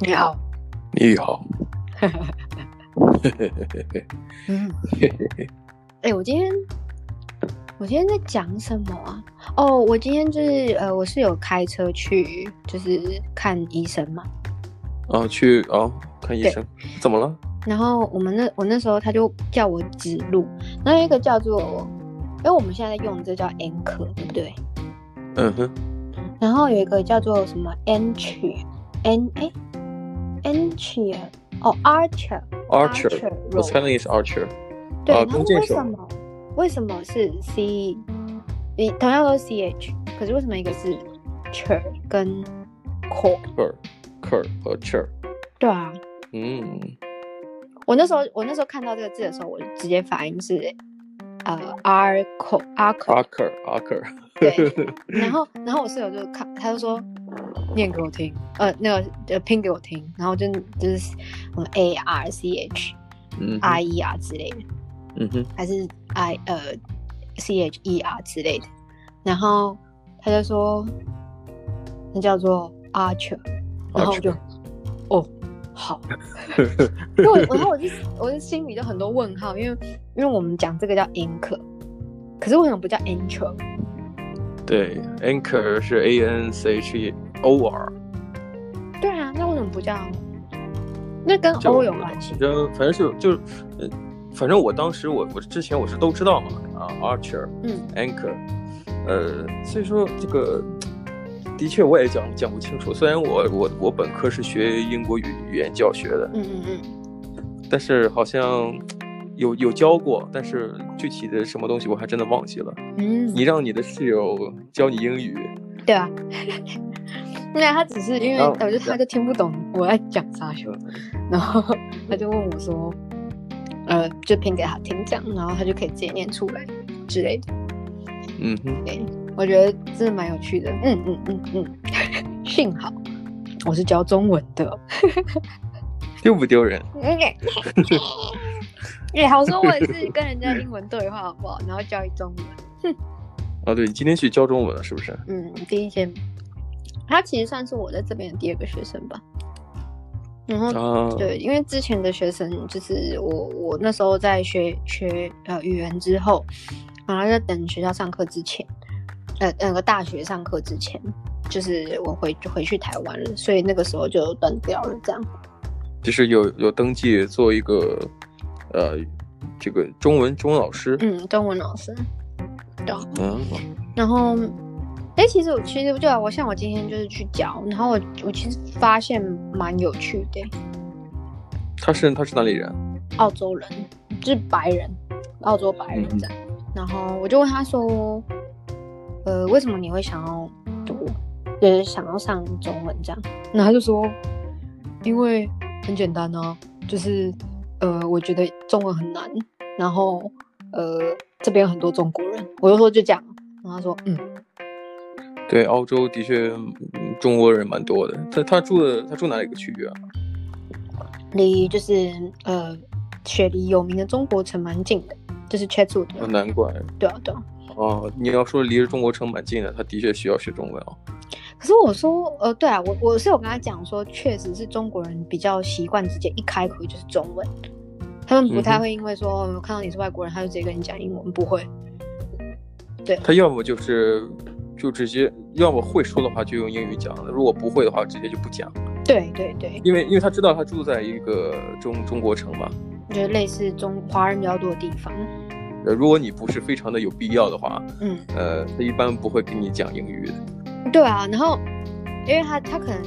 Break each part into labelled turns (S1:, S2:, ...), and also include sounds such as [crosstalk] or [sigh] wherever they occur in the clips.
S1: 你好，
S2: 你好，
S1: 嗯，哎、我今天我今天在讲什么啊？哦，我今天就是呃，我是有开车去就是看医生嘛，
S2: 啊，去啊看医
S1: 对
S2: 生，怎么了？
S1: 然后我们那我那时候他就叫我指路，那有一个叫做，因为我们现在在用的这叫 Anchor，对不对？
S2: 嗯哼，
S1: 然后有一个叫做什么 Anchor，N 哎 Anchor 哦 Archer
S2: Archer，
S1: Road
S2: 我猜那个是 Archer。
S1: 对，
S2: 啊
S1: 然后
S2: 弓箭
S1: 为
S2: 手
S1: 什么为什么是 C？你同样都是 CH，可是为什么一个是 Cher 跟 Core？
S2: Kerr、Kerr 和 Cher，
S1: 对啊，
S2: 嗯
S1: 我那时候我那时候看到这个字的时候，我直接反应是呃 R Co R Co
S2: ，Archer、Archer，
S1: 对， [laughs] 然后然后我室友就看，他就说念给我听，呃那个呃拼给我听，然后就就是什么 A R C H
S2: 嗯
S1: I E R 之类的。
S2: 嗯哼，
S1: 还是 I 呃 C H E R 之类的，然后他就说那叫做 Archer，然后我就哦好，因为我然后我就我就心里就很多问号，因为因为我们讲这个叫 anchor，可是为什么不叫 anchor？
S2: 对，Anchor 是 A N C H E O R，
S1: 对啊，那为什么不叫？那跟 O 有关系
S2: 反？正反正是就是，呃反正我当时我我之前我是都知道嘛，啊，Archer，
S1: 嗯
S2: ，Anchor，呃，所以说这个的确我也讲讲不清楚。虽然我我我本科是学英国语语言教学的，
S1: 嗯嗯嗯，
S2: 但是好像有有教过，但是具体的什么东西我还真的忘记了。
S1: 嗯，
S2: 你让你的室友教你英语，
S1: 对啊。 [laughs] 那他只是因为，
S2: 然后
S1: 我就他就听不懂我在讲啥球，然后 [laughs] 他就问我说，呃，就拼给他听这样，然后他就可以直接念出来之类的。
S2: 嗯哼，
S1: 我觉得真的蛮有趣的，嗯嗯嗯嗯， [laughs] 幸好我是教中文的，
S2: 丢不丢人？
S1: [laughs] 也嗯哎好说我是跟人家英文对话好不好，然后教中文。
S2: 啊，对，你今天去教中文了是不是？
S1: 嗯，第一天，他其实算是我在这边的第二个学生吧。然后
S2: 啊，
S1: 嗯对，因为之前的学生就是我，我那时候在学学呃语言之后，然后在等学校上课之前，呃，那个大学上课之前，就是我回回去台湾了，所以那个时候就断掉了。这样，
S2: 就是有有登记做一个，呃，这个中文中文老师。
S1: 嗯，中文老师，对啊，
S2: 嗯，
S1: 然后，哎，其实我其实对啊，我像我今天就是去教，然后我我其实发现蛮有趣的，
S2: 他是他是哪里人？
S1: 澳洲人，就是白人，澳洲白人这样。然后我就问他说，呃，为什么你会想要读，就是想要上中文这样？然后他就说，因为很简单啊，就是呃，我觉得中文很难，然后呃，这边有很多中国人，我就说就这样。然后他说，嗯，
S2: 对，澳洲的确、嗯中国人蛮多的。他他住的他住哪里个区域啊？
S1: 离就是呃雪梨有名的中国城蛮近的，就是 Chatswood，
S2: 哦难怪
S1: 对啊对啊。
S2: 哦，你要说离中国城蛮近的，他的确需要学中文哦。
S1: 可是我说，呃，对啊，我我是有跟他讲说，确实是中国人比较习惯直接一开口就是中文，他们不太
S2: 嗯哼
S1: 会因为说、哦看到你是外国人，他就直接跟你讲英文，不会。
S2: 他要么就是就直接，要么会说的话就用英语讲，如果不会的话直接就不讲，
S1: 对对对，
S2: 因为因为他知道他住在一个中中国城嘛。
S1: 我觉得类似中华人比较多的地方，
S2: 呃，如果你不是非常的有必要的话，
S1: 嗯，
S2: 呃，他一般不会跟你讲英语的。
S1: 对啊。然后，因为他他可能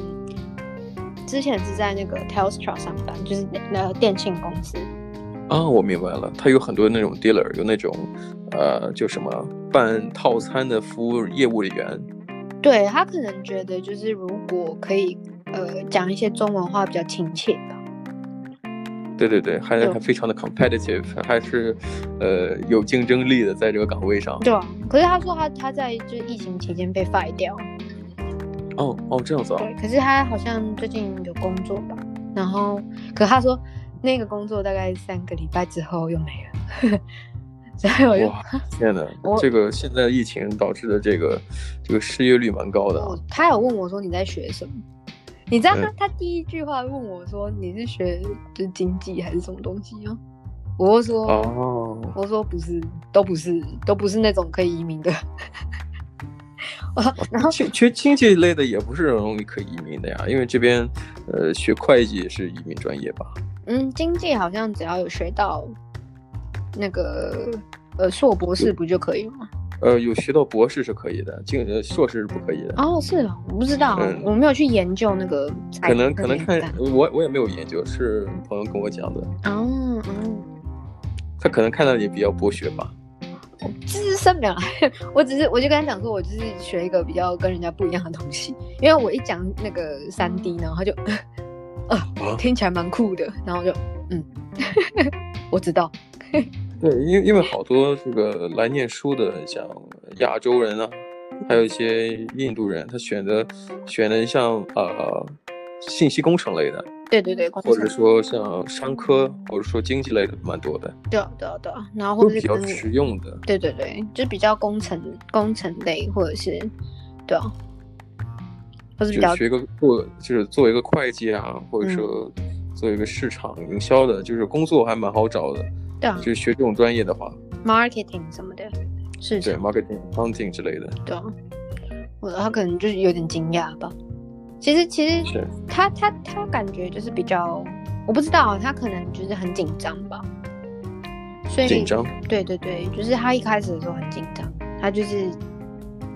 S1: 之前是在那个 Telstra 上班，就是那那电信公司，
S2: 啊，我明白了，他有很多那种 dealer，有那种，呃，就什么办套餐的服务业务人员，
S1: 对他可能觉得就是如果可以呃讲一些中文话比较亲切吧。
S2: 对对对，还
S1: 对
S2: 还非常的 competitive，还是，呃，有竞争力的，在这个岗位上。
S1: 对啊，可是他说他他在就是疫情期间被 fire 掉，
S2: 哦哦，这样子啊，
S1: 对，可是他好像最近有工作吧，然后可他说那个工作大概三个礼拜之后又没了， [laughs] 所以我就
S2: 哇，天呐
S1: 我，
S2: 这个现在疫情导致的这个这个失业率蛮高的啊。
S1: 我他有问我说你在学什么，你知道他他第一句话问我说你是学就是经济还是什么东西啊？我就说
S2: 哦，
S1: 我说不是，都不是，都不是那种可以移民的。 [laughs] 我然后
S2: 其其实经济类的也不是容易可以移民的呀，因为这边呃学会计也是移民专业吧？
S1: 嗯，经济好像只要有学到那个呃硕博士不就可以吗？
S2: 呃，有学到博士是可以的，经呃硕士是不可以的。
S1: 哦，是哦，我不知道，
S2: 嗯
S1: 我没有去研究那个财
S2: 可能
S1: 经
S2: 可
S1: 的
S2: 能
S1: 年
S2: 看
S1: 代。
S2: 我我也没有研究，是朋友跟我讲的，
S1: 哦哦，
S2: 他可能看到你比较博学吧。
S1: 资深表 [laughs] 来，我只是我就跟他讲说，我就是学一个比较跟人家不一样的东西，因为我一讲那个三 D 呢，他就，
S2: 啊
S1: 呃，听起来蛮酷的，然后我就嗯， [laughs] 我知道，
S2: 对，因为因为好多这个来念书的，像亚洲人啊，还有一些印度人，他选的选的像呃信息工程类的，
S1: 对对对，工
S2: 或
S1: 程
S2: 者说像商科，或者说经济类的蛮多的，
S1: 对啊对啊对啊，然后
S2: 都
S1: 或者
S2: 比
S1: 是
S2: 较
S1: 跟
S2: 实用的。
S1: 对对对，就比较工程工程类或者是对啊，或是比
S2: 就
S1: 较
S2: 是学个做，就是做一个会计啊，或者说
S1: 嗯
S2: 做一个市场营销的，就是工作还蛮好找的。
S1: 对啊
S2: 就是学这种专业的话，
S1: marketing 什么的，市
S2: 对
S1: 场
S2: marketing、accounting 之类的，
S1: 对啊，我他可能就是有点惊讶吧。其实其实
S2: 是
S1: 他他他感觉就是比较，我不知道啊他可能就是很紧张吧，所以
S2: 紧张。
S1: 对对对，就是他一开始的时候很紧张，他就是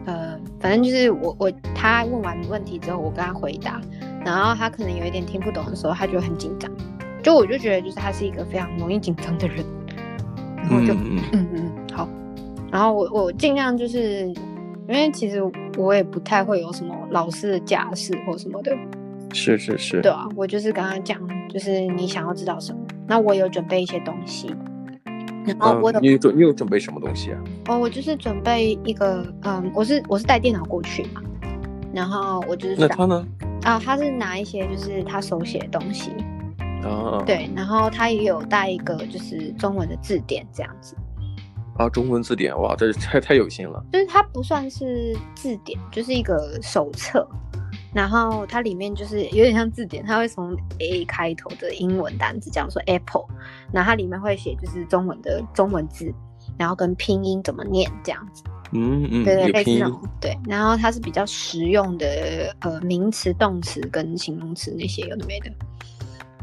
S1: 呃，反正就是我我他问完问题之后，我跟他回答，然后他可能有一点听不懂的时候，他就很紧张，就我就觉得就是他是一个非常容易紧张的人，然后我就
S2: 嗯嗯，
S1: 嗯嗯好，然后我我尽量就是因为其实我也不太会有什么老师的假释或什么的，
S2: 嗯是是是
S1: 对，啊，我就是跟他讲，就是你想要知道什么，那我有准备一些东西，然后我有、
S2: 嗯，你准你有准备什么东西啊？
S1: 哦，我就是准备一个，嗯，我是我是带电脑过去嘛，然后我就是
S2: 那
S1: 打
S2: 他呢？
S1: 啊，他是拿一些就是他手写的东西，
S2: 啊，，
S1: 对，然后他也有带一个就是中文的字典这样子，
S2: 啊，中文字典，哇，这太太有心了。
S1: 就是它不算是字典，就是一个手册。然后它里面就是有点像字典，它会从 A 开头的英文单词讲说 apple，然后它里面会写就是中文的中文字，然后跟拼音怎么念这样子，
S2: 嗯嗯，
S1: 对对，
S2: 有
S1: 类似
S2: 拼
S1: 那
S2: 音
S1: 种。对。然后它是比较实用的呃名词、动词跟形容词那些有的没的。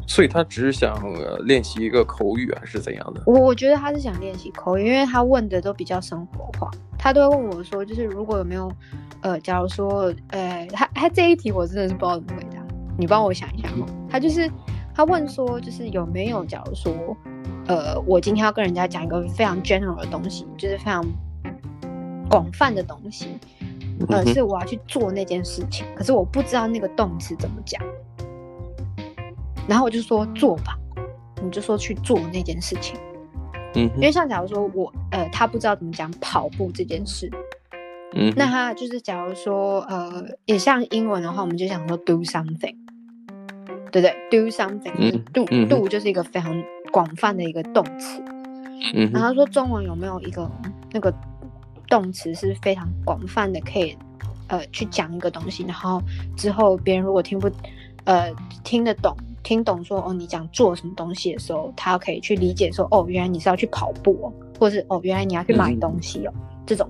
S2: 所以他只是想呃练习一个口语还是怎样的？
S1: 我我觉得他是想练习口语，因为他问的都比较生活化，他都会问我说，就是如果有没有，呃，假如说，呃，他他这一题我真的是不知道怎么回答，你帮我想一下哦。他就是他问说，就是有没有，假如说，呃，我今天要跟人家讲一个非常 general 的东西，就是非常广泛的东西，呃
S2: 嗯，哼
S1: 是我要去做那件事情，可是我不知道那个动词怎么讲，然后我就说做吧，你就说去做那件事情。
S2: 嗯
S1: 因
S2: 哼
S1: 为像假如说我呃，他不知道怎么讲跑步这件事，
S2: 嗯哼，
S1: 那他就是假如说呃，也像英文的话，我们就想说 do something，对不对？do something，就是
S2: 嗯
S1: do、
S2: 嗯哼
S1: do 就是一个非常广泛的一个动词。
S2: 嗯
S1: 然
S2: 哼
S1: 后他说中文有没有一个那个动词是非常广泛的，可以呃去讲一个东西，然后之后别人如果听不呃听得懂，听懂说哦你讲做什么东西的时候，他可以去理解说哦原来你是要去跑步哦，或是哦原来你要去买
S2: 嗯
S1: 东西哦、这种。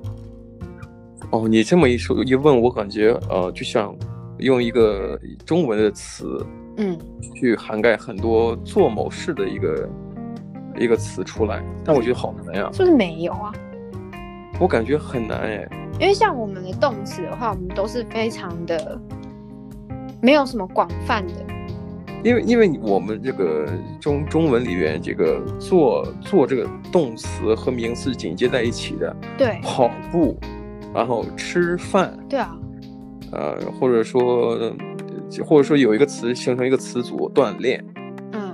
S2: 哦，你这么一说一问，我感觉呃，就想用一个中文的词
S1: 嗯，
S2: 去涵盖很多做某事的一个一个词出来，但我觉得好难呀，
S1: 是不是没有啊？
S2: 我感觉很难哎。
S1: 因为像我们的动词的话，我们都是非常的没有什么广泛的。
S2: 因为因为我们这个中中文里边这个做做这个动词和名词紧接在一起的，
S1: 对
S2: 跑步，然后吃饭，
S1: 对啊，
S2: 呃，或者说呃或者说有一个词形成一个词组锻炼，
S1: 嗯，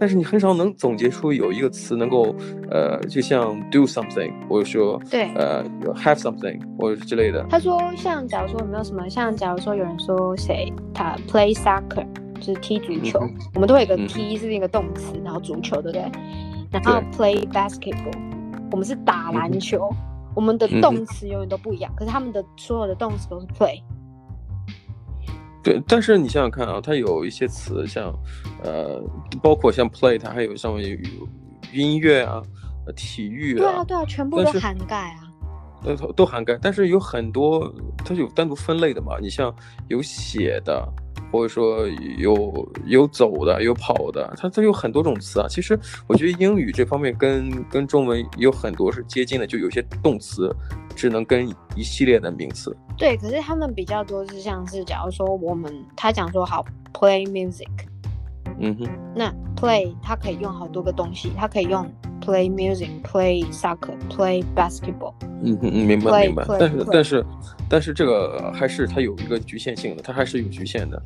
S2: 但是你很少能总结出有一个词能够，呃，就像 do something，或者说
S1: 对。
S2: 呃 have something 或者是之类的。
S1: 他说，像假如说有没有什么，像假如说有人说谁他 play soccer 就是踢足球，
S2: 嗯
S1: 我们都会有一个
S2: 嗯
S1: t 是一个动词，然后足球对不对？然后 play basketball，我们是
S2: 嗯
S1: 打篮球，我们的动词永远都不一样，可是他们的所有的动词都是 play。
S2: 对，但是你想想看啊，它有一些词像，呃，包括像 play，它还有上面有音乐啊、呃体育
S1: 对啊，对啊，全部
S2: 但
S1: 都
S2: 是
S1: 涵盖啊。
S2: 呃，它都涵盖，但是有很多它是有单独分类的嘛。你像有写的，或者说有有走的，有跑的，它它有很多种词啊。其实我觉得英语这方面跟跟中文有很多是接近的，就有些动词只能跟一系列的名词。
S1: 对，可是他们比较多是像是，假如说我们他讲说好 play music，
S2: 嗯哼，
S1: 那 play 它可以用好多个东西，它可以用 play music，play soccer，play basketball。
S2: 嗯哼，嗯明白
S1: Play，
S2: 明白。
S1: play，
S2: 但是
S1: play
S2: 但是但是这个还是它有一个局限性的，它还是有局限的。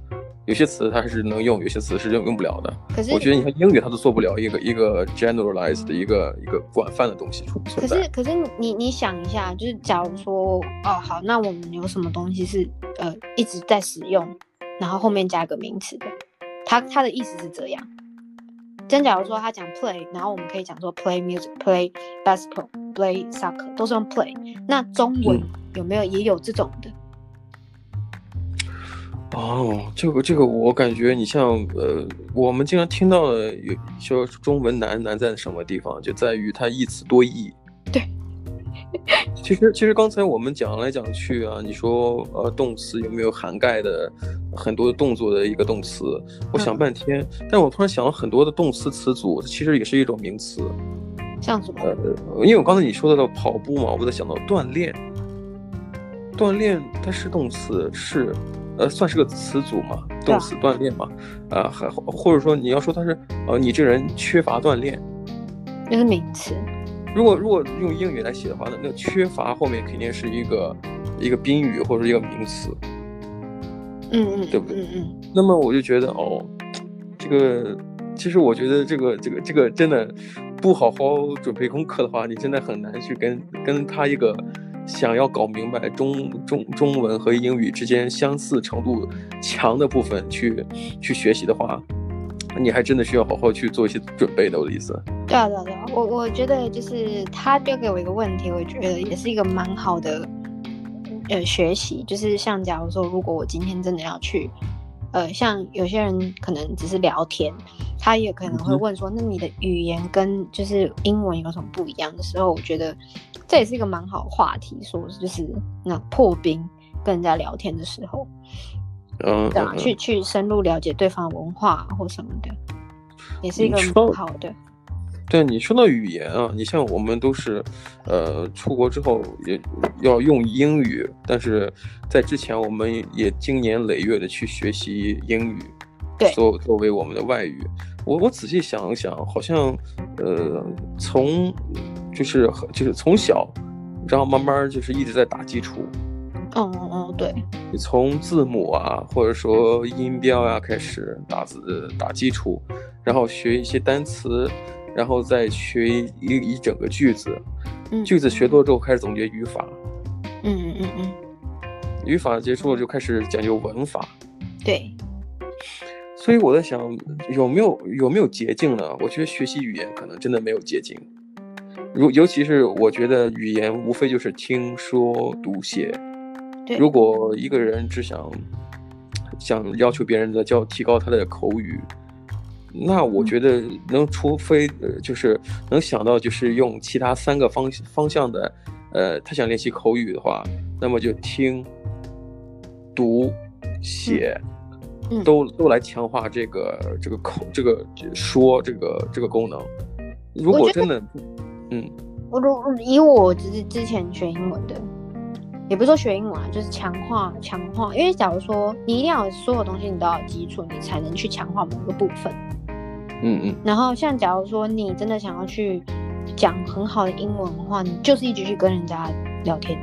S2: 有些词它还是能用，有些词是用用不了的。
S1: 可是
S2: 我觉得你看英语，它都做不了一个一个 generalized 的一个一个广泛的东西出
S1: 可
S2: 存
S1: 是
S2: 在。
S1: 可是你你想一下，就是假如说哦好，那我们有什么东西是呃一直在使用，然后后面加个名词的，它它的意思是这样。真假如说他讲 play，然后我们可以讲说 play music，play basketball，play soccer，都是用 play。那中文
S2: 嗯
S1: 有没有也有这种的？
S2: 哦，这个这个，我感觉你像呃，我们经常听到的有说中文难难在什么地方，就在于它一词多义。
S1: 对。
S2: [laughs] 其实，其实刚才我们讲来讲去啊，你说呃，动词有没有涵盖的很多动作的一个动词？我想
S1: 嗯
S2: 半天，但我突然想到很多的动词词组，其实也是一种名词。
S1: 像什么？
S2: 呃，因为我刚才你说到的跑步嘛，我在想到锻炼，锻炼它是动词，是呃算是个词组嘛，动词锻炼嘛，啊、还或者说你要说它是呃你这人缺乏锻炼，
S1: 那是名词。
S2: 如果如果用英语来写的话，那那缺乏后面肯定是一个一个宾语或者一个名词，
S1: 嗯嗯，
S2: 对不对
S1: 嗯嗯，
S2: 那么我就觉得哦，这个其实我觉得这个这个这个真的不好好准备功课的话，你真的很难去跟跟他一个想要搞明白中中中文和英语之间相似程度强的部分去去学习的话，你还真的需要好好去做一些准备的。我的意思，
S1: 对啊对啊对啊，我我觉得就是他丢给我一个问题，我觉得也是一个蛮好的呃学习，就是像假如说，如果我今天真的要去，呃，像有些人可能只是聊天，他也可能会
S2: 嗯哼
S1: 问说，那你的语言跟就是英文有什么不一样的时候，我觉得这也是一个蛮好的话题，说就是那破冰跟人家聊天的时候，
S2: 嗯，
S1: 对啊，
S2: 嗯
S1: 去去深入了解对方的文化或什么的，也是一
S2: 你
S1: 个
S2: 说
S1: 蛮好的。
S2: 对你说到语言啊，你像我们都是，呃，出国之后也要用英语，但是在之前我们也经年累月的去学习英语，
S1: 对
S2: 作作为我们的外语。我我仔细想了想，好像，呃，从就是就是从小，然后慢慢就是一直在打基础，
S1: 嗯嗯嗯，对，
S2: 你从字母啊，或者说音标呀、开始打字打基础，然后学一些单词，然后再学一一整个句子。
S1: 嗯
S2: 句子学多之后，开始总结语法，
S1: 嗯嗯嗯
S2: 语法结束了就开始讲究文法。
S1: 嗯，对，
S2: 所以我在想，有没有有没有捷径呢？我觉得学习语言可能真的没有捷径。如尤其是我觉得语言无非就是听说读写
S1: 对。
S2: 如果一个人只想想要求别人的教提高他的口语，那我
S1: 嗯
S2: 觉得能除非呃就是能想到就是用其他三个方方向的，呃，他想练习口语的话，那么就听、读、写。
S1: 嗯
S2: 都都来强化这个这个口这个说这个这个功能。如
S1: 我
S2: 果
S1: 觉得
S2: 真的，嗯，
S1: 我如以我之之前学英文的，也不是说学英文啊，就是强化强化，因为假如说你一定要有所有东西你都要有基础，你才能去强化某个部分。
S2: 嗯嗯，
S1: 然后像假如说你真的想要去讲很好的英文的话，你就是一直去跟人家聊天。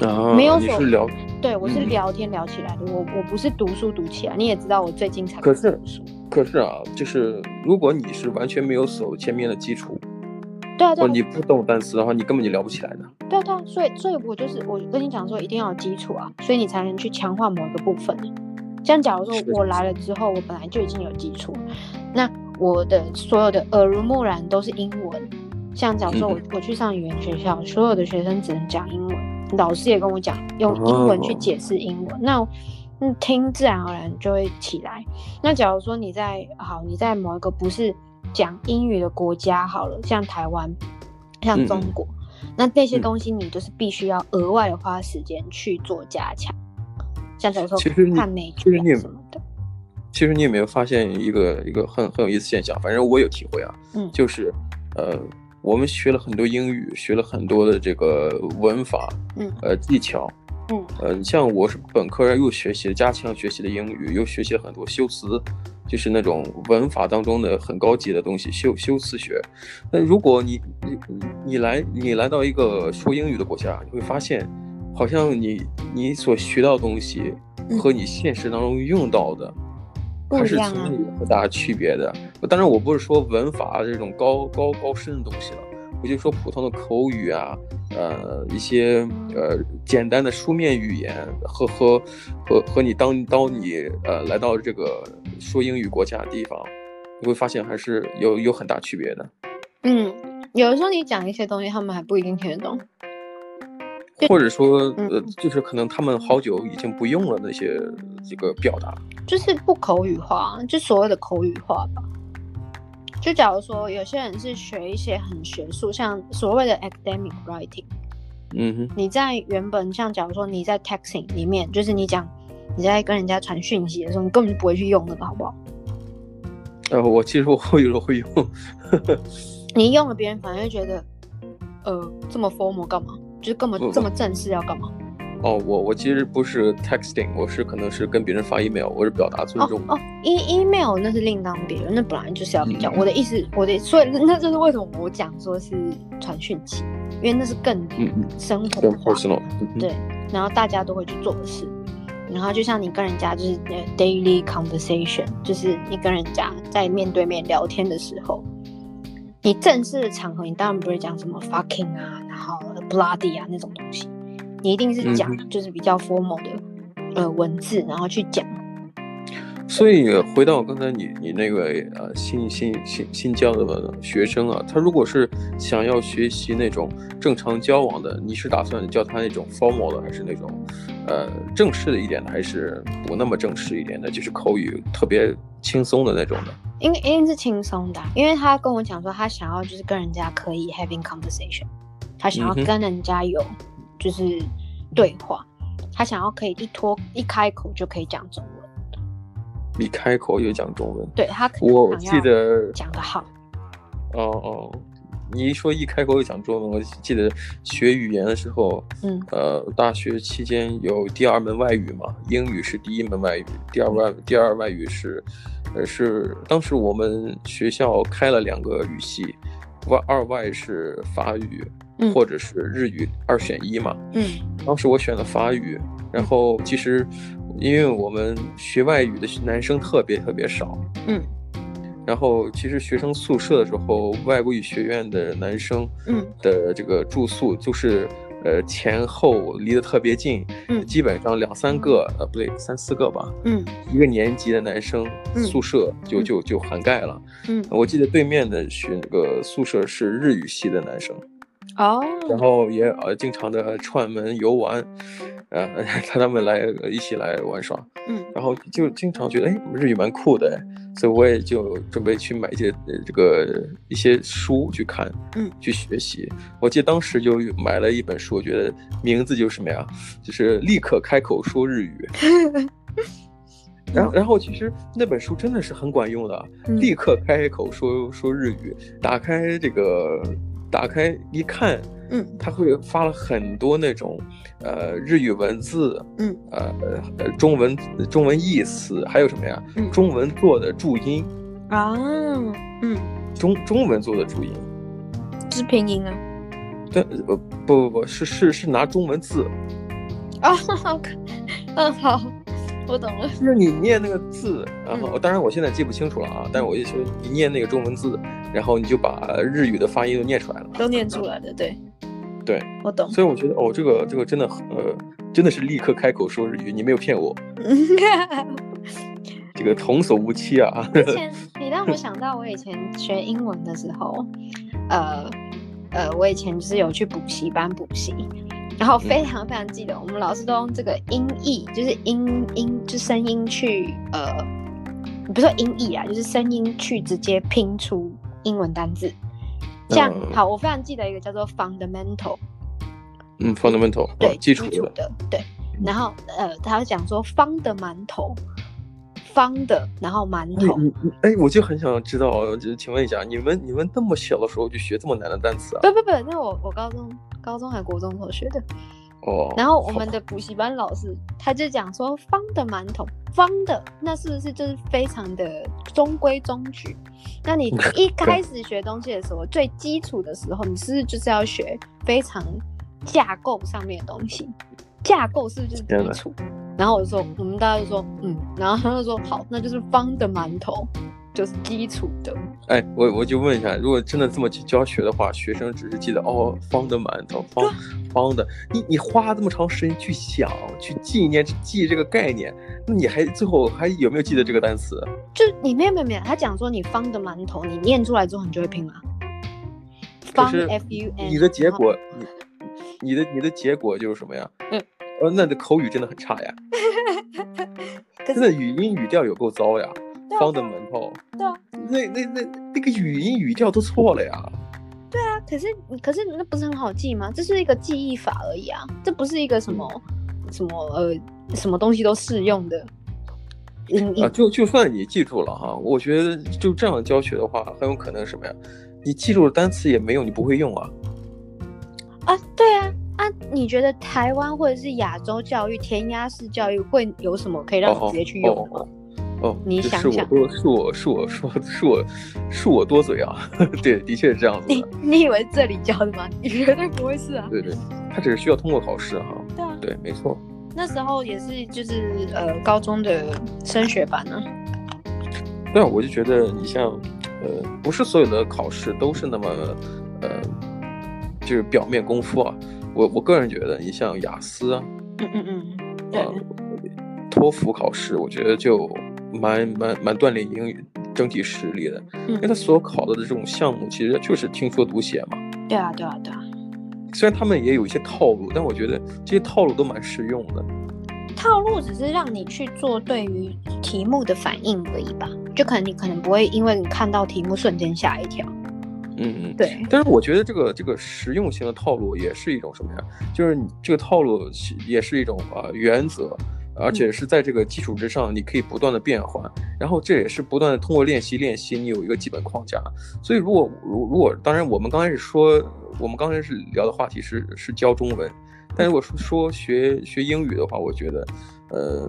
S2: 啊，
S1: 没有
S2: 你
S1: 所
S2: 是聊，
S1: 对我是
S2: 嗯
S1: 聊天聊起来的，我我不是读书读起来。你也知道我最近才
S2: 可是
S1: 读书，
S2: 可是啊，就是如果你是完全没有走前面的基础，
S1: 对啊对
S2: 或者
S1: 啊
S2: 你不懂单词的话，你根本就聊不起来的。
S1: 对啊对啊，所以所以我就是我跟你讲说，一定要有基础啊，所以你才能去强化某一个部分。啊像假如说
S2: 是
S1: 我来了之后，我本来就已经有基础，那我的所有的耳濡目
S2: 嗯
S1: 染都是英文。像假如说我、我去上语言学校，所有的学生只能讲英文，老师也跟我讲用英文去
S2: 哦
S1: 解释英文，那嗯听自然而然就会起来。那假如说你在好你在某一个不是讲英语的国家好了，像台湾，
S2: 嗯
S1: 像中国，那这些东西你就是必须要额外的花时间去做加强，像假如说
S2: 其实你
S1: 看美
S2: 其
S1: 剧
S2: 实
S1: 啊
S2: 你
S1: 什么的，
S2: 其实你有没有发现一个一个很很有意思现象？反正我有体会啊，
S1: 嗯
S2: 就是呃，我们学了很多英语，学了很多的这个文法，
S1: 嗯
S2: 呃技巧，
S1: 嗯
S2: 呃，像我是本科又学习了加强学习的英语，又学习了很多修辞，就是那种文法当中的很高级的东西，修修辞学。那如果你你你来你来到一个说英语的国家，你会发现，好像你你所学到的东西
S1: 嗯
S2: 和你现实当中用到的。
S1: 不
S2: 还
S1: 一
S2: 是
S1: 样
S2: 存
S1: 啊
S2: 在，有很大的区别的。当然，我不是说文法啊这种高高高深的东西了，我就说普通的口语啊，呃，一些呃简单的书面语言和和和和你当当你呃来到这个说英语国家的地方，你会发现还是有有很大区别的。
S1: 嗯，有的时候你讲一些东西，他们还不一定听得懂。
S2: 或者说，
S1: 嗯
S2: 呃，就是可能他们好久已经不用了那些这个表达。
S1: 就是不口语化，啊就所谓的口语化吧。就假如说有些人是学一些很学术，像所谓的 academic writing，
S2: 嗯
S1: 你在原本像假如说你在 texting 里面，就是你讲你在跟人家传讯息的时候，你根本就不会去用那个，好不好？
S2: 哼，呃，我其实我有时候会用，
S1: 你用了，别人反而会觉得，呃，这么 formal 干嘛？就是干嘛
S2: 不不
S1: 这么正式要干嘛？
S2: 哦，我我其实不是 texting，我是可能是跟别人发 email，我是表达尊
S1: 哦
S2: 重。
S1: 哦，e email 那是另当别论，那本来就是要比较。
S2: 嗯
S1: 我的意思，我的所以那就是为什么我讲说是传讯息，因为那是更
S2: 嗯嗯，
S1: 生活
S2: 更
S1: 化，
S2: personal。嗯哼
S1: 对然后大家都会去做的事。然后就像你跟人家就是呃 daily conversation，就是你跟人家在面对面聊天的时候，你正式的场合，你当然不会讲什么 fucking 啊，然后 bloody 啊那种东西，你一定是讲
S2: 嗯
S1: 就是比较 formal 的呃文字，然后去讲。
S2: 所以回到刚才你你那个呃新新新新教的学生啊，他如果是想要学习那种正常交往的，你是打算教他那种 formal 的，还是那种呃正式的一点的，还是不那么正式一点的，就是口语特别轻松的那种的？
S1: 应一定是轻松的啊、因为他跟我讲说，他想要就是跟人家可以 having conversation，他想要
S2: 嗯哼
S1: 跟人家有就是对话，他想要可以一脱一开口就可以讲中文，
S2: 一开口就讲中文。
S1: 对他可能
S2: 我
S1: 想
S2: 记
S1: 要
S2: 得
S1: 讲得好， [laughs]
S2: 哦哦，你一说一开口就讲中文，我记得学语言的时候，
S1: 嗯
S2: 呃，大学期间有第二门外语嘛，英语是第一门外语，第二外第二外语是，呃，是当时我们学校开了两个语系，外二外是法语
S1: 嗯
S2: 或者是日语二选一嘛，
S1: 嗯
S2: 当时我选了法语，然后其实因为我们学外语的男生特别特别少，
S1: 嗯
S2: 然后其实学生宿舍的时候，外国语学院的男生
S1: 嗯
S2: 的这个住宿就是呃前后离得特别近，
S1: 嗯
S2: 基本上两三个呃不对三四个吧，
S1: 嗯
S2: 一个年级的男生
S1: 嗯
S2: 宿舍就
S1: 嗯
S2: 就就涵盖了。
S1: 嗯
S2: 我记得对面的学那个宿舍是日语系的男生，
S1: 哦，
S2: 然后也呃经常的串门游玩，呃 [laughs] 他他们来呃一起来玩耍。
S1: 嗯
S2: 然后就经常觉得，哎，日语蛮酷的，所以我也就准备去买一些呃这个一些书去看，
S1: 嗯，
S2: 去学习。我记得当时就买了一本书，我觉得名字就是什么呀，就是立刻开口说日
S1: [laughs]
S2: 语。然后，然后其实那本书真的是很管用的，
S1: 嗯
S2: 立刻开口说说日语，打开这个，打开一看，
S1: 嗯
S2: 他会发了很多那种，呃，日语文字，
S1: 嗯，
S2: 呃，呃中文中文意思，还有什么呀？
S1: 嗯
S2: 中文做的注音，
S1: 啊嗯，
S2: 中中文做的注音，
S1: 是拼音啊
S2: 但呃不不不是是是拿中文字，
S1: 啊，好 [laughs] 看，嗯好，我懂了，
S2: 就是你念那个字，然
S1: 嗯
S2: 后当然我现在记不清楚了啊，但是我就说你念那个中文字，然后你就把日语的发音都念出来了。
S1: 都念出来的，对
S2: 对，
S1: 我懂，
S2: 所以我觉得哦，这个这个真的很呃真的是立刻开口说日语，你没有骗我，这个童叟无欺
S1: [laughs]
S2: 啊。
S1: 之前你让我想到我以前学英文的时候，呃呃，我以前就是有去补习班补习，然后
S2: 嗯
S1: 非常非常记得，我们老师都用这个音译，就是音音，就声音去呃，不是说音译啊，就是声音去直接拼出英文单字。像、
S2: 嗯
S1: 好，我非常记得一个叫做 fundamental，
S2: 嗯，fundamental，
S1: 对，
S2: 基础
S1: 的
S2: 的，，
S1: 对。然后呃，他讲说方的馒头，方的，然后馒
S2: 哎
S1: 头，
S2: 你你哎，我就很想知道，就请问一下，你们你们那么小的时候就学这么难的单词啊？
S1: 不不不，那我我高中高中还国中的时候学的。
S2: 哦，
S1: 然后我
S2: 好
S1: 们
S2: 吧
S1: 的补习班老师他就讲说，方的馒头，方的，那是不是就是非常的中规中矩？
S2: [laughs]
S1: 那你一开始学东西的时候，最基础的时候，你是不是就是要学非常架构上面的东西？架构是不是就是
S2: 天
S1: 基
S2: 哪
S1: 础？然后我就说，我们大家就说，嗯，然后他就说，好，那就是方的馒头，就是基础的。
S2: 哎，我我就问一下，如果真的这么去教学的话，学生只是记得哦，方的馒头，方方的，你你花这么长时间去想、去纪念、记这个概念，那你还最后还有没有记得这个单词？
S1: 就你没有没有没有，他讲说你方的馒头，你念出来之后你就会拼了。
S2: 可
S1: 方
S2: 是
S1: f u n，
S2: 你的结
S1: 然后
S2: 果，你你的你的结果就是什么呀？
S1: 嗯，
S2: 呃，那你的口语真的很差呀，
S1: [laughs]
S2: 真
S1: 可是
S2: 的语音语调有够糟呀，
S1: 对啊
S2: 方的馒头，
S1: 对啊
S2: 那那那那个语音语调都错了呀。
S1: 啊，可是可是那不是很好记吗？这是一个记忆法而已啊，这不是一个什么
S2: 嗯
S1: 什么呃什么东西都适用的。你你、
S2: 啊，就就算你记住了哈，我觉得就这样教学的话，很有可能什么呀？你记住了单词也没用，你不会用啊。
S1: 啊，对啊啊，你觉得台湾或者是亚洲教育填鸭式教育会有什么可以让你
S2: 哦
S1: 直接去用的吗？
S2: 哦哦，哦
S1: 你
S2: 这
S1: 想
S2: 是我
S1: 想
S2: 多，是我是我说是我是我多嘴啊。 [laughs] 对，的确是这样子
S1: 你 [laughs]
S2: 的。
S1: 你以为这里教的吗？你绝对不会是啊。
S2: 对对，他只是需要通过考试哈。
S1: 对啊，
S2: 对，没错。
S1: 那时候也是就是呃高中的升学班呢、啊。
S2: 对啊，我就觉得你像，呃，不是所有的考试都是那么，呃，就是表面功夫啊。我我个人觉得，你像雅思啊，
S1: 嗯嗯嗯，对
S2: 啊，托福考试，我觉得就蛮蛮蛮锻炼英语整体实力的，因为
S1: 嗯
S2: 他所考的这种项目其实就是听说读写嘛。
S1: 对啊对啊对啊，
S2: 虽然他们也有一些套路，但我觉得这些套路都蛮实用的。
S1: 套路只是让你去做对于题目的反应而已吧，就可能你可能不会因为你看到题目瞬间吓一跳。
S2: 嗯嗯。
S1: 对，
S2: 但是我觉得这个这个实用性的套路也是一种什么呀？就是你这个套路是也是一种呃原则，而且是在这个基础之上，你可以不断的变换，然后这也是不断的通过练习练习，你有一个基本框架。所以如果如如果当然我们刚开始说，我们刚开始聊的话题是是教中文，但如果说说学学英语的话，我觉得呃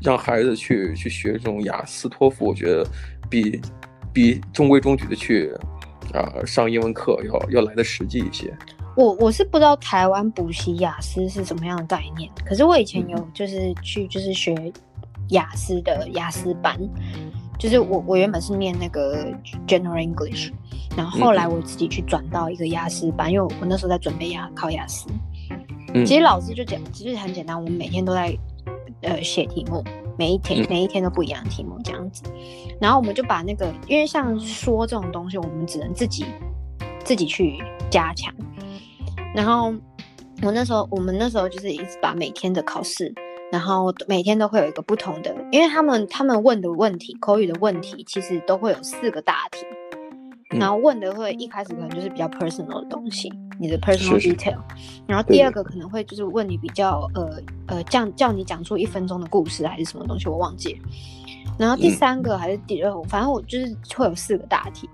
S2: 让孩子去去学这种雅思托福，我觉得比比中规中矩的去。啊、上英文课要要来的实际一些。
S1: 我我是不知道台湾补习雅思是什么样的概念，可是我以前有
S2: 嗯
S1: 就是去就是学雅思的雅思班，就是我我原本是念那个 General English，然后后
S2: 嗯
S1: 来我自己去转到一个雅思班，因为我我那时候在准备雅考雅思，
S2: 嗯
S1: 其实老师就讲，其实很简单，我们每天都在呃写题目，每一天
S2: 嗯
S1: 每一天都不一样的题目这样子。然后我们就把那个，因为像说这种东西，我们只能自己自己去加强。然后我那时候，我们那时候就是一直把每天的考试，然后每天都会有一个不同的，因为他们他们问的问题，口语的问题其实都会有四个大题，
S2: 嗯
S1: 然后问的会一开始可能就是比较 personal 的东西，你的 personal
S2: 是是
S1: detail，然后
S2: 对对
S1: 第二个可能会就是问你比较呃呃叫叫你讲出一分钟的故事还是什么东西，我忘记了。然后第
S2: 嗯
S1: 三个还是第二个，反正我就是会有四个大题，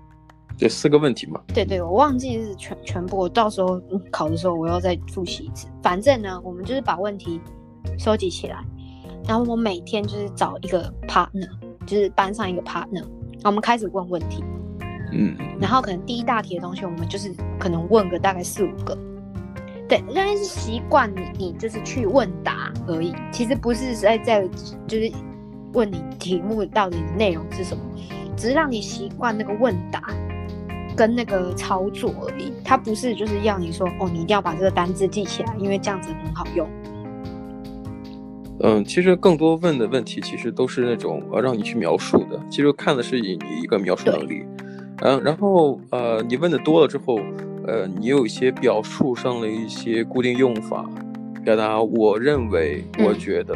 S2: 这四个问题嘛，
S1: 对对，我忘记是全全部，我到时候嗯考的时候我要再复习一次。反正呢，我们就是把问题收集起来，然后我每天就是找一个 partner，就是班上一个 partner，然后我们开始问问题，
S2: 嗯，
S1: 然后可能第一大题的东西，我们就是可能问个大概四五个。对，因为是习惯你，你就是去问答而已，其实不是在在就是问你题目到底内容是什么，只是让你习惯那个问答跟那个操作而已。它不是就是要你说哦，你一定要把这个单字记起来，因为这样子很好用。
S2: 嗯，其实更多问的问题其实都是那种呃让你去描述的，其实看的是你你一个描述能力，嗯，然后呃你问的多了之后，呃你有一些表述上的一些固定用法，表达我认为、
S1: 嗯
S2: 我觉得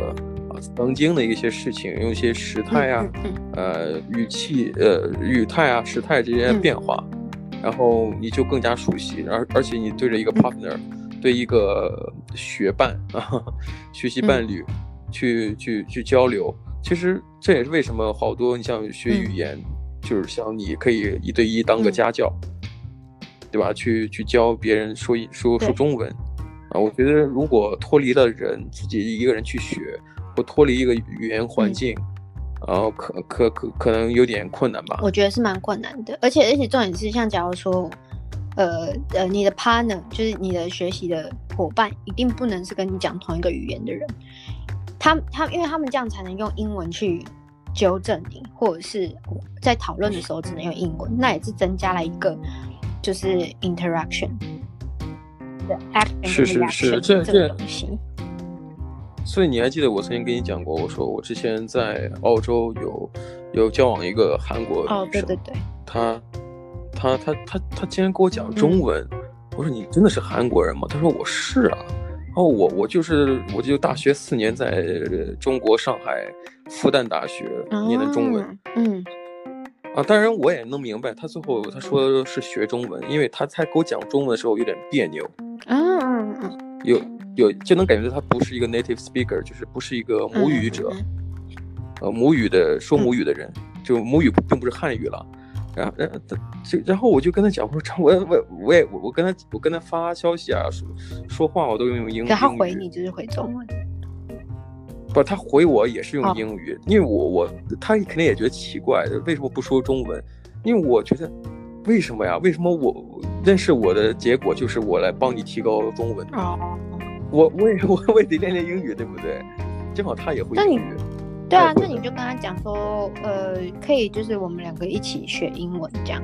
S2: 啊曾经的一些事情，用一些时态啊、
S1: 嗯嗯
S2: 呃语气、呃语态啊、时态这些
S1: 嗯
S2: 变化，然后你就更加熟悉，而而且你对着一个
S1: 嗯
S2: partner，、对一个学伴 [laughs] 啊，学习
S1: 嗯
S2: 伴侣、去去去交流，其实这也是为什么好多你像学语言，就是像你可以一对一当个
S1: 嗯
S2: 家教，对吧？去去教别人说一说说
S1: 对
S2: 中文啊，我觉得如果脱离了人自己一个人去学，或脱离一个语言环
S1: 嗯
S2: 境，然后可可可可能有点困难吧。
S1: 我觉得是蛮困难的，而且而且重点是，像假如说，呃呃，你的 partner 就是你的学习的伙伴，一定不能是跟你讲同一个语言的人，他他因为他们这样才能用英文去纠正你，或者是在讨论的时候只能用英文，那也是增加了一个就是 interaction 的 action 跟
S2: 是是是这
S1: reaction 这
S2: 这
S1: 个东西，
S2: 所以你还记得我曾经跟你讲过，我说我之前在澳洲有有交往一个韩国女生，
S1: 哦，对对对，
S2: 她她她她她竟然跟我讲
S1: 嗯
S2: 中文，我说你真的是韩国人吗？她说我是啊。然后我我就是我就大学四年在呃中国上海复旦大学念的中文、
S1: 哦，嗯
S2: 啊，当然我也能明白，她最后她说是学中文，因为她在给我讲中文的时候有点别扭，
S1: 嗯嗯嗯，
S2: 有有就能感觉到她不是一个 native speaker，就是不是一个母语者。
S1: 嗯，嗯
S2: 呃母语的说母语的人，就母语并不是汉语了。然后，然后，就然后我就跟他讲，我说张我我我也我我跟他我跟他发消息啊，说说话我都用英
S1: 嗯
S2: 语。
S1: 可他回你就是回中文，
S2: 不，他回我也是
S1: 哦
S2: 用英语，因为我我他肯定也觉得奇怪，为什么不说中文？因为我觉得为什么呀？为什么我认识我的结果就是我来帮你提高中文？
S1: 哦。
S2: 我我也 [laughs] 我我也得练练英语，对不对？正好他也会
S1: 那
S2: 英
S1: 你
S2: 语。
S1: 对啊，
S2: 太
S1: 那
S2: 贵
S1: 你
S2: 了
S1: 就跟他讲说，呃，可以就是我们两个一起学英文这样，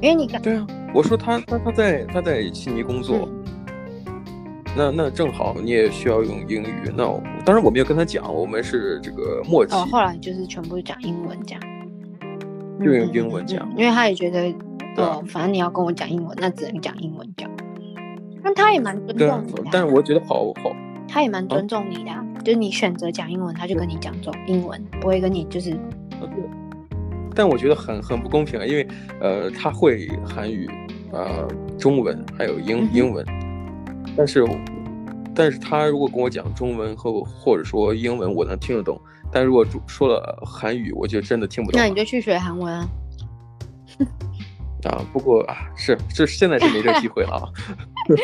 S1: 因为你刚
S2: 对啊，我说
S1: 嗯
S2: 他他他在他在悉尼工作。
S1: 嗯
S2: 那那正好你也需要用英语，那我当然我没有跟他讲，我们是这个默契，
S1: 哦，后来就是全部讲英文这样，
S2: 就用英文讲
S1: 嗯，嗯嗯因为他也觉得，
S2: 对啊
S1: 呃，反正你要跟我讲英文，那只能讲英文讲。那他也蛮尊
S2: 对啊
S1: 重你的啊、，
S2: 但是我觉得好好，
S1: 他也蛮尊重你的、啊，就是你选择讲英文，他就跟你讲中英文，不会跟你就是，
S2: 啊但我觉得很很不公平啊，因为呃他会韩语，呃中文还有英
S1: 嗯哼
S2: 英文，但是但是他如果跟我讲中文和或者说英文，我能听得懂，但如果说说了韩语，我就真的听不懂
S1: 那你
S2: 了
S1: 就去学韩文啊。
S2: 啊。不过啊是这现在是没这个机会了啊， [laughs]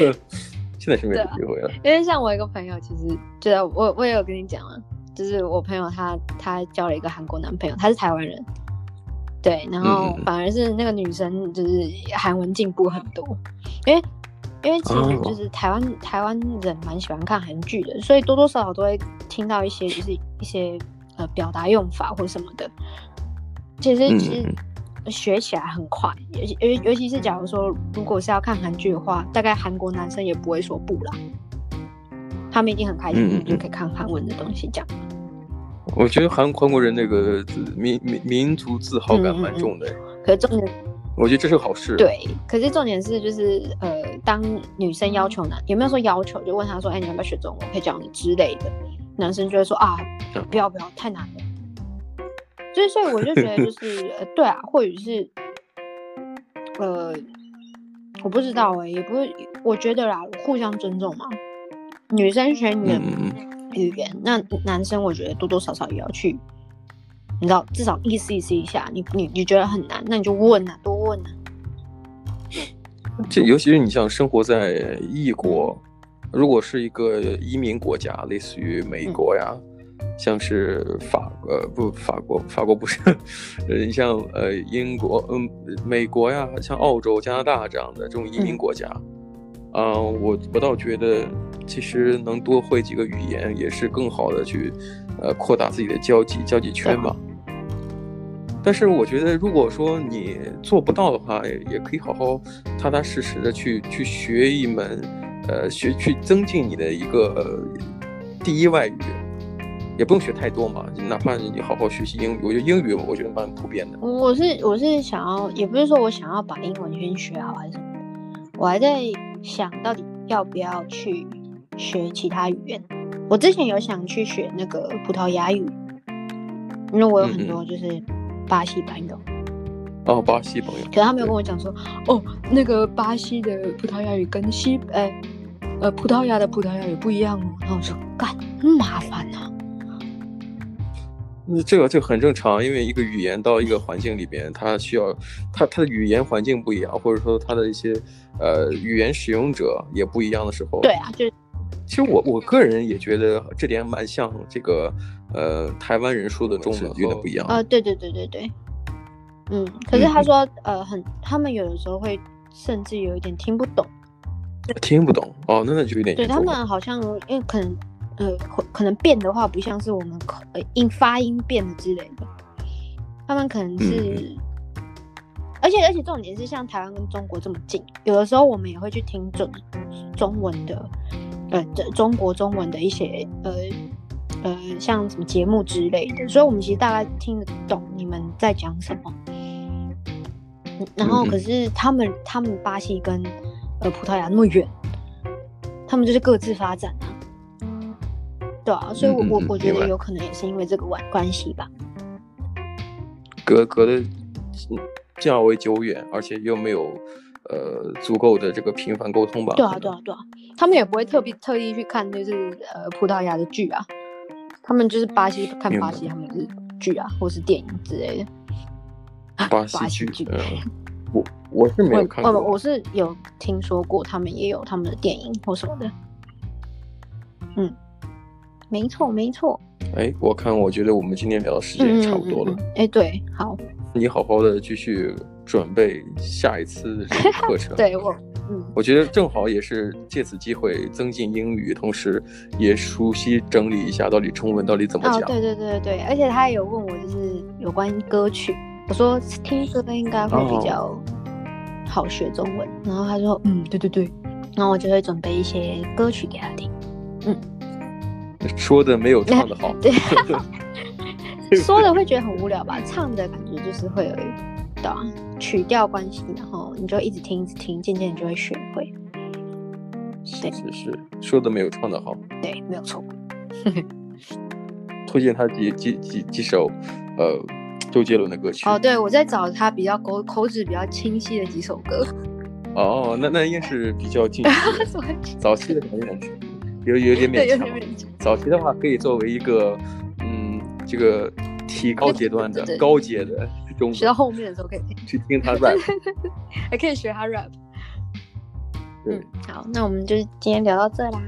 S2: 现在是没
S1: 啊
S2: 这个机会了。
S1: 因为像我一个朋友，其实就在我我也有跟你讲啊，就是我朋友她她交了一个韩国男朋友，他是台湾人，对，然后
S2: 嗯
S1: 反而是那个女生就是韩文进步很多，因为因为其实
S2: 哦
S1: 就是台湾、台湾人蛮喜欢看韩剧的，所以多多少少都会听到一些就是一些呃表达用法或什么的，其实
S2: 嗯
S1: 其实学起来很快，尤其尤尤其是假如说如果是要看韩剧的话，大概韩国男生也不会说不啦，他们一定很开
S2: 嗯嗯
S1: 心，
S2: 嗯
S1: 就可以看韩文的东西这样。
S2: 我觉得韩韩国人那个自民民民族自豪感蛮重的，
S1: 可是重点
S2: 我觉得这是个好事。，
S1: 嗯对，可是重点是就是呃，当女生要求男，也没有说要求，就问他说，哎、你要不要学中文？我可以教你之类的，男生就会说啊
S2: 嗯，
S1: 不要不要，太难了。就是所以我就觉得就是呃，对啊，或许是呃，我不知道哎、也不是，我觉得啦，互相尊重嘛。女生学女
S2: 嗯嗯
S1: 语言，那男生我觉得多多少少也要去，你知道，至少意思意思一下。你你你觉得很难，那你就问啊，多问啊。
S2: 嗯，这尤其是你像生活在异国，如果是一个移民国家，类似于美国呀，像是法呃不法国法国不是，呃你像呃英国嗯美国呀，像澳洲、加拿大这样的这种移民国家，嗯、我我倒觉得其实能多会几个语言也是更好的去呃扩大自己的交际交际圈吧。但是我觉得，如果说你做不到的话，也也可以好好踏踏实实的去去学一门，呃，学去增进你的一个、呃第一外语，也不用学太多嘛，哪怕你好好学习英语，我觉得英语我觉得蛮普遍的。
S1: 我是我是想要，也不是说我想要把英文先学好还是什么，我还在想到底要不要去学其他语言。我之前有想去学那个葡萄牙语，因为我有很多就是巴西朋友，
S2: 哦，巴西朋友，
S1: 可是他没有跟我讲说，哦，那个巴西的葡萄牙语跟西呃呃葡萄牙的葡萄牙语不一样哦。然后我说，干，那么麻烦啊。
S2: 那这个就很正常，因为一个语言到一个环境里边，它需要它它的语言环境不一样，或者说它的一些呃语言使用者也不一样的时候，
S1: 对啊，就是
S2: 其实我我个人也觉得这点蛮像这个呃台湾人说的中文有点不一样。
S1: 呃，对对对对对，嗯。可是他说，呃，很他们有的时候会甚至有一点听不懂，
S2: 听不懂哦，那那就有点
S1: 对
S2: 严
S1: 他
S2: 重了
S1: 们好像因为可能呃可可能变的话，不像是我们口呃音发音变的之类的，他们可能是，
S2: 嗯
S1: 而且而且重点是像台湾跟中国这么近，有的时候我们也会去听中中文的，呃这中国中文的一些呃呃像什么节目之类的，所以我们其实大概听得懂你们在讲什么。嗯然后
S2: 嗯嗯
S1: 可是他们他们巴西跟呃葡萄牙那么远，他们就是各自发展啊，对啊，所以我
S2: 嗯嗯
S1: 我
S2: 嗯
S1: 我觉
S2: 明
S1: 得
S2: 白
S1: 有可能也是因为这个关关系吧。
S2: 隔隔的较为久远，而且又没有呃足够的这个频繁沟通吧。
S1: 对啊
S2: 可能
S1: 对啊对啊，他们也不会特别特意去看就是呃葡萄牙的剧啊，他们就是巴西看
S2: 明白
S1: 巴西他们的剧啊，或是电影之类的。
S2: 巴
S1: 啊巴
S2: 西
S1: 西
S2: 剧
S1: 剧，
S2: 嗯，我我是没有看
S1: 我我
S2: 过。
S1: 我是有听说过他们也有他们的电影或什么的。嗯，没错没错，
S2: 哎，我看，我觉得我们今天聊的时间
S1: 嗯
S2: 也差不多了，
S1: 嗯嗯嗯哎、对，好，
S2: 你好好的继续准备下一次的这个课程。
S1: [laughs] 对我，嗯，
S2: 我觉得正好也是借此机会增进英语，同时也熟悉整理一下到底中文到底怎么
S1: 哦
S2: 讲。
S1: 对对对对，而且他也有问我就是有关歌曲，我说听歌应该会比较好学中文，然后他说嗯对对对，然后我就会准备一些歌曲给他听，
S2: 说的没
S1: [laughs]
S2: 有唱的好。
S1: 对，说的会觉得很无聊吧，唱的感觉就是会有一道曲调关系，然后你就一直听一直听，渐渐你就会学会，对
S2: 是是，说的没有唱的好。
S1: 对，没有错，
S2: 推荐他几几几几首，呃，周杰伦的歌曲。
S1: 哦对，我在找他比较口口齿比较清晰的几首歌， [laughs]
S2: 哦，那那应该是比较近期的，
S1: 怎么
S2: 早期的可能有点有有点
S1: 对
S2: 勉
S1: 有
S2: 强
S1: 点。勉强。
S2: 早期的话可以作为一个，嗯，这个提高阶段的
S1: 对对对
S2: 高阶的中
S1: 学到
S2: 文
S1: 后面的时候可以，
S2: 去听他 rap。
S1: 还可以学他 rap。
S2: 对
S1: 嗯，好，那我们就今天聊到这啦，